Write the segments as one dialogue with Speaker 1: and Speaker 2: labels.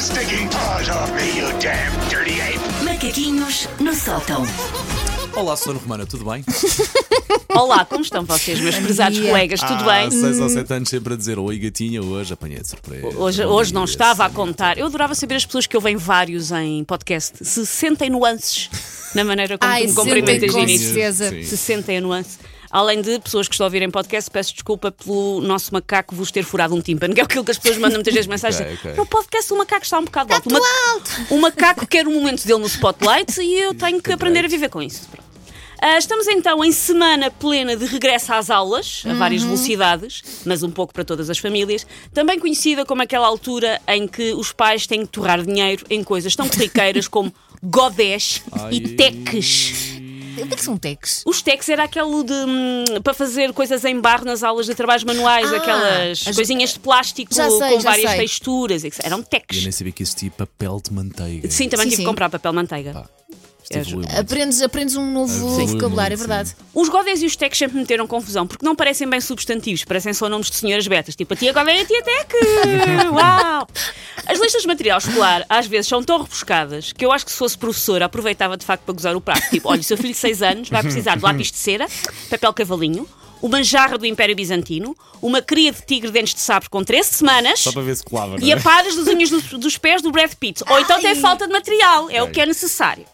Speaker 1: sticking paws off me, you damn dirty ape!
Speaker 2: Macaquinhos no sótão.
Speaker 3: Olá, Susana Romana, tudo bem?
Speaker 4: Olá, como estão vocês, meus prezados
Speaker 5: dia.
Speaker 4: colegas? Tudo
Speaker 3: Há
Speaker 4: bem?
Speaker 3: seis ou sete anos sempre a dizer Oi gatinha, hoje apanhei de surpresa.
Speaker 4: Hoje,
Speaker 3: Bom
Speaker 4: hoje não
Speaker 3: dia,
Speaker 4: estava a
Speaker 3: Susana.
Speaker 4: contar. Eu adorava saber as pessoas que ouvem vários em podcast se sentem nuances na maneira como
Speaker 5: Ai,
Speaker 4: Então, tu me
Speaker 5: sentem,
Speaker 4: cumprimentas de
Speaker 5: com
Speaker 4: início.
Speaker 5: certeza.
Speaker 3: Sim.
Speaker 4: Se sentem a nuance. Além de pessoas que estão a ouvir em podcast, peço desculpa pelo nosso macaco vos ter furado um tímpano, que é aquilo que as pessoas mandam muitas vezes mensagens.
Speaker 3: Ok, ok.
Speaker 4: No podcast, o macaco está um bocado alto. O ma- O macaco quer o momento dele no spotlight e eu tenho que aprender a viver com isso. Pronto. Ah, estamos então em semana plena de regresso às aulas, a várias velocidades, mas um pouco para todas as famílias. Também conhecida como aquela altura em que os pais têm que torrar dinheiro em coisas tão corriqueiras como godés e
Speaker 3: Ai.
Speaker 4: teques.
Speaker 5: O que é que são tecs?
Speaker 4: Os techs era aquele de hum, para fazer coisas em barro nas aulas de trabalhos manuais,
Speaker 5: Ah,
Speaker 4: aquelas
Speaker 5: as-
Speaker 4: coisinhas de plástico
Speaker 5: Já sei,
Speaker 4: com
Speaker 5: já
Speaker 4: várias
Speaker 5: sei.
Speaker 4: texturas, etc. eram
Speaker 3: Eu
Speaker 4: techs.
Speaker 3: nem sabia que existia papel de manteiga.
Speaker 4: um Sim, também
Speaker 5: Sim,
Speaker 4: tive
Speaker 5: sim.
Speaker 4: que comprar papel manteiga.
Speaker 3: Isto evoluiu muito.
Speaker 5: Aprendes, aprendes um novo
Speaker 3: Evolui
Speaker 5: vocabulário, é
Speaker 3: muito,
Speaker 5: verdade.
Speaker 4: Os godés e os techs sempre me meteram confusão, porque não parecem bem substantivos, parecem só nomes de senhoras betas, tipo a tia godé e a tia tec. Uau! As listas de material escolar às vezes são tão rebuscadas que eu acho que se fosse professora aproveitava de facto para gozar o prato. Tipo, olha, o seu filho de 6 anos vai precisar de lápis de cera, papel cavalinho, uma jarra do Império Bizantino, uma cria de tigre de dentes de sabre com 13 semanas.
Speaker 3: Só para ver se colava, não
Speaker 4: E
Speaker 3: é?
Speaker 4: a paras dos unhos dos, dos pés do Brad Pitt. Ou então tem
Speaker 5: Ai.
Speaker 4: falta de material, é o que é necessário.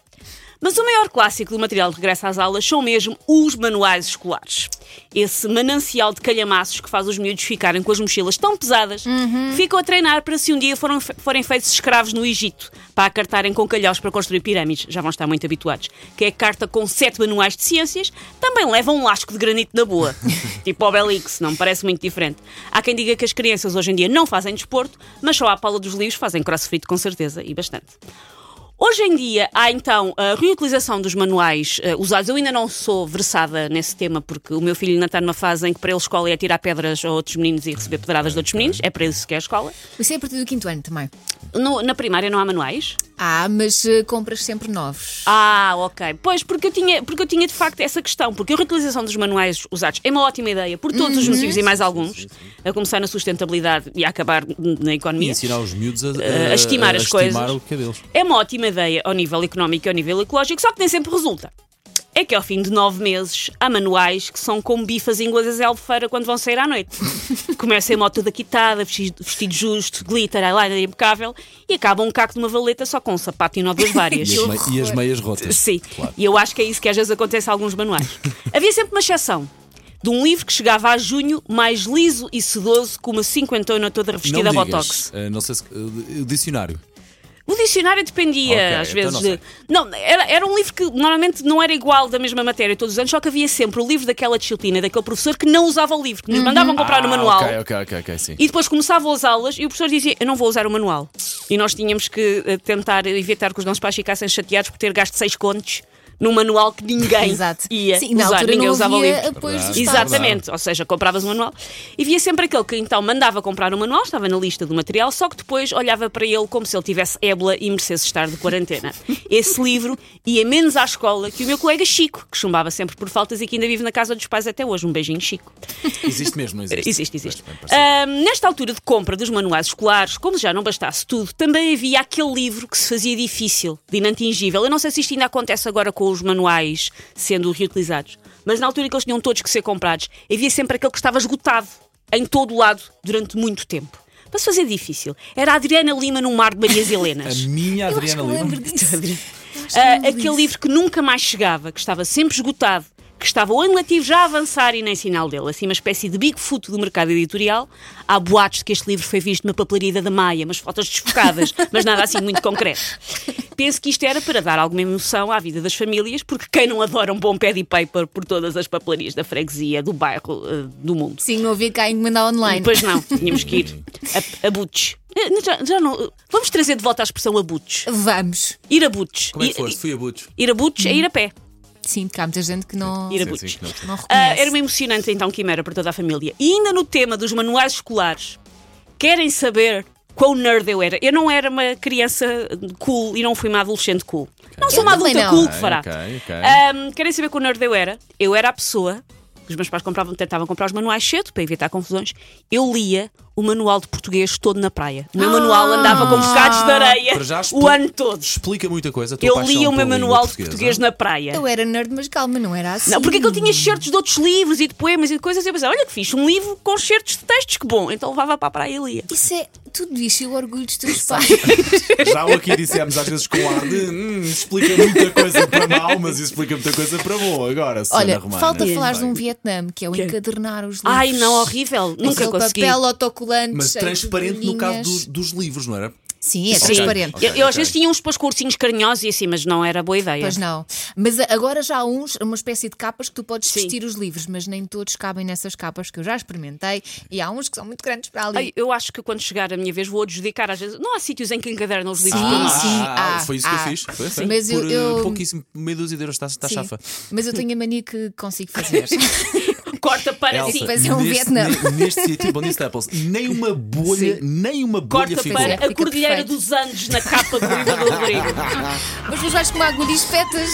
Speaker 4: Mas o maior clássico do material de regresso às aulas são mesmo os manuais escolares. Esse manancial de calhamaços que faz os miúdos ficarem com as mochilas tão pesadas que ficam a treinar para se um dia foram- forem feitos escravos no Egito para acartarem com calhaus para construir pirâmides. Já vão estar muito habituados. Que é a carta com sete manuais de ciências, também leva um lasco de granito na boa. tipo Obelix, não me parece muito diferente. Há quem diga que as crianças hoje em dia não fazem desporto, mas só à pala dos livros fazem crossfit com certeza, e bastante. Hoje em dia há então a reutilização dos manuais eh, usados. Eu ainda não sou versada nesse tema porque o meu filho ainda está numa fase em que para ele escola é tirar pedras a outros meninos e receber pedradas de outros meninos. É para isso que é a escola.
Speaker 5: Isso é a partir do quinto ano também.
Speaker 4: No- na primária não há manuais.
Speaker 5: Ah, mas eh, compras sempre novos.
Speaker 4: Ah, ok. Pois, porque eu, tinha, porque eu tinha de facto essa questão, porque a reutilização dos manuais usados é uma ótima ideia, por todos os motivos e mais alguns, a começar na sustentabilidade e a acabar na
Speaker 3: E
Speaker 4: economia.
Speaker 3: ensinar os miúdos a,
Speaker 4: a estimar as
Speaker 3: estimar
Speaker 4: coisas.
Speaker 3: o que é deles.
Speaker 4: É uma ótima ideia ao nível económico e ao nível ecológico, só que nem sempre resulta. É que ao fim de nove meses há manuais que são como bifas inglesas de albufeira quando vão sair à noite. Começa a moto toda quitada, vestido, vestido justo, glitter, eyeliner impecável e acaba um caco de uma valeta só com um sapato e nó duas várias.
Speaker 3: E as, mei- e as meias rotas.
Speaker 4: Sim,
Speaker 3: Claro.
Speaker 4: e eu acho que é isso que às vezes acontece a alguns manuais. Havia sempre uma exceção. De um livro que chegava a junho mais liso e sedoso, com uma cinquentona toda
Speaker 3: Não
Speaker 4: revestida a
Speaker 3: digas,
Speaker 4: botox.
Speaker 3: eh, não sei se. eh, o dicionário.
Speaker 4: O dicionário dependia,
Speaker 3: Ok,
Speaker 4: às
Speaker 3: então
Speaker 4: vezes.
Speaker 3: não
Speaker 4: de-
Speaker 3: sei.
Speaker 4: não era, era um livro que normalmente não era igual da mesma matéria todos os anos, só que havia sempre o livro daquela disciplina, daquele professor que não usava o livro, que nos mandavam comprar o manual.
Speaker 3: Uhum. Ah, Ok, ok, ok, ok, sim.
Speaker 4: E depois começava as aulas e o professor dizia: Eu não vou usar o manual. E nós tínhamos que eh, tentar evitar que os nossos pais ficassem chateados por ter gasto seis contos num manual que ninguém
Speaker 5: Exato.
Speaker 4: ia
Speaker 5: Sim, na
Speaker 4: usar,
Speaker 5: altura
Speaker 4: ninguém
Speaker 5: não
Speaker 4: usava o
Speaker 5: havia
Speaker 4: livro.
Speaker 5: apoios dos
Speaker 3: Verdade.
Speaker 5: pais.
Speaker 4: Exatamente, ou seja, compravas o manual e via sempre aquele que então mandava comprar o manual, estava na lista do material, só que depois olhava para ele como se ele tivesse ébola e merecesse estar de quarentena. Esse livro ia menos à escola que o meu colega Chico, que chumbava sempre por faltas e que ainda vive na casa dos pais até hoje. Um beijinho, Chico.
Speaker 3: Existe mesmo, não existe?
Speaker 4: Existe, existe.
Speaker 3: Pois, bem parecido.
Speaker 4: Ahm, nesta altura de compra dos manuais escolares, como já não bastasse tudo, também havia aquele livro que se fazia difícil, de inatingível. Eu não sei se isto ainda acontece agora com os manuais sendo reutilizados, mas na altura em que eles tinham todos que ser comprados, havia sempre aquele que estava esgotado em todo o lado durante muito tempo. Para se fazer difícil, era a Adriana Lima no Mar de Marias Helenas.
Speaker 3: A minha
Speaker 5: Eu acho que
Speaker 3: Adriana
Speaker 5: me lembro
Speaker 3: Lima.
Speaker 5: disso.
Speaker 4: Ah, aquele livro que nunca mais chegava, que estava sempre esgotado, que estava ou em lativo já a avançar e nem sinal dele, assim uma espécie de Bigfoot do mercado editorial. Há boatos de que este livro foi visto numa papelaria da Maia, mas fotos desfocadas, mas nada assim muito concreto. Penso que isto era para dar alguma emoção à vida das famílias, porque quem não adora um bom pad e paper por todas as papelarias da freguesia, do bairro, ah, do mundo?
Speaker 5: Sim, não havia cá encomenda online.
Speaker 4: Pois não, tínhamos que ir a, a butes. Ah, Já, já não, vamos trazer de volta a expressão a butes.
Speaker 5: Vamos.
Speaker 4: Ir a butes.
Speaker 3: Como é que
Speaker 4: Ir-
Speaker 3: foste? Fui a Butch.
Speaker 4: Ir a butes é ir a pé.
Speaker 5: Sim, porque há muita gente que não,
Speaker 4: Ir a
Speaker 3: Sim,
Speaker 4: butes.
Speaker 3: sim, que não-
Speaker 5: não
Speaker 4: Ah,
Speaker 5: reconhece.
Speaker 4: era uma emocionante então quimera para toda a família. E ainda no tema dos manuais escolares, querem saber quão nerd eu era. Eu não era uma criança cool e não fui uma adolescente cool. Não sou
Speaker 5: Eu
Speaker 4: uma
Speaker 5: também
Speaker 4: adulta
Speaker 5: não.
Speaker 4: cool que
Speaker 3: Ok,
Speaker 4: fará.
Speaker 3: ok, ok.
Speaker 4: Ahm, querem saber quão nerd eu era? Eu era a pessoa, os meus pais compravam, tentavam comprar os manuais cedo para evitar confusões. Eu lia o manual de português todo na praia. O meu manual andava com bocados de areia
Speaker 3: Ah. Para já, expli-
Speaker 4: o ano todo.
Speaker 3: Explica muita coisa. a tua
Speaker 4: Eu
Speaker 3: paixão
Speaker 4: lia o
Speaker 3: pela
Speaker 4: meu
Speaker 3: língua
Speaker 4: manual de
Speaker 3: portuguesa.
Speaker 4: português na praia.
Speaker 5: Eu era nerd, mas calma, não era assim.
Speaker 4: Não, porque é que ele tinha certos de outros livros e de poemas e de coisas. E eu pensava, olha que fixe, um livro com certos de textos, que bom. Então levava para a praia e lia.
Speaker 5: Isso é tudo isso e o orgulho dos teus pais.
Speaker 3: Já o aqui dissemos às vezes com ar de hum, explica muita coisa para mal, mas isso explica muita coisa para boa. Agora, Susana
Speaker 5: Olha,
Speaker 3: Romana.
Speaker 5: falta
Speaker 3: Bem.
Speaker 5: falares de um Vietnã, que é o encadernar os livros.
Speaker 4: Ai, não, horrível. Nunca
Speaker 5: Aquele
Speaker 4: consegui.
Speaker 5: é papel tá autocolante.
Speaker 3: Mas
Speaker 5: cheio de
Speaker 3: transparente no caso
Speaker 5: bolinhas.
Speaker 3: dos, dos livros, não era?
Speaker 5: Sim, é
Speaker 4: Sim.
Speaker 5: transparente.
Speaker 3: Ok,
Speaker 4: eu, eu às
Speaker 3: ok.
Speaker 4: vezes tinha uns pôs cursinhos carinhosos e assim, mas não era boa ideia.
Speaker 5: Pois não. Mas a- agora já há uns, uma espécie de capas que tu podes
Speaker 4: Sim.
Speaker 5: vestir os livros, mas nem todos cabem nessas capas que eu já experimentei e há uns que são muito grandes para ali.
Speaker 4: Ai, eu acho que quando chegar a minha vez vou adjudicar às vezes. Não há sítios em que encadernam os livros
Speaker 5: Sim,
Speaker 4: para nós.
Speaker 5: sim.
Speaker 3: Ah,
Speaker 5: há,
Speaker 3: foi isso que
Speaker 5: há.
Speaker 3: eu fiz. Foi, foi.
Speaker 5: Mas eu-
Speaker 3: Por eh,
Speaker 5: eu-
Speaker 3: pouquíssimo, meia dúzia de euros, está,
Speaker 4: tá
Speaker 3: está
Speaker 5: Sim.
Speaker 3: chafa.
Speaker 5: Mas eu tenho a mania que consigo fazer.
Speaker 4: Corta para
Speaker 3: Elsa,
Speaker 4: si.
Speaker 5: depois é um
Speaker 3: neste-
Speaker 5: Vietnã.
Speaker 3: ne- Neste sítio, Bonnie Staples, nem uma bolha, nem uma bolha
Speaker 4: Corta
Speaker 3: ficou.
Speaker 4: para
Speaker 5: Fica
Speaker 4: a Cordilheira
Speaker 5: perfeito.
Speaker 4: dos Andes na capa do livro do Rodrigo.
Speaker 5: mas depois vais com uma agulha e espetas.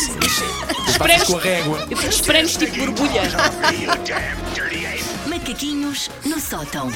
Speaker 3: Passas com a régua.
Speaker 4: Esperamos tipo borbulha.
Speaker 1: off me, you damn dirty ape!
Speaker 2: Macaquinhos no sótão.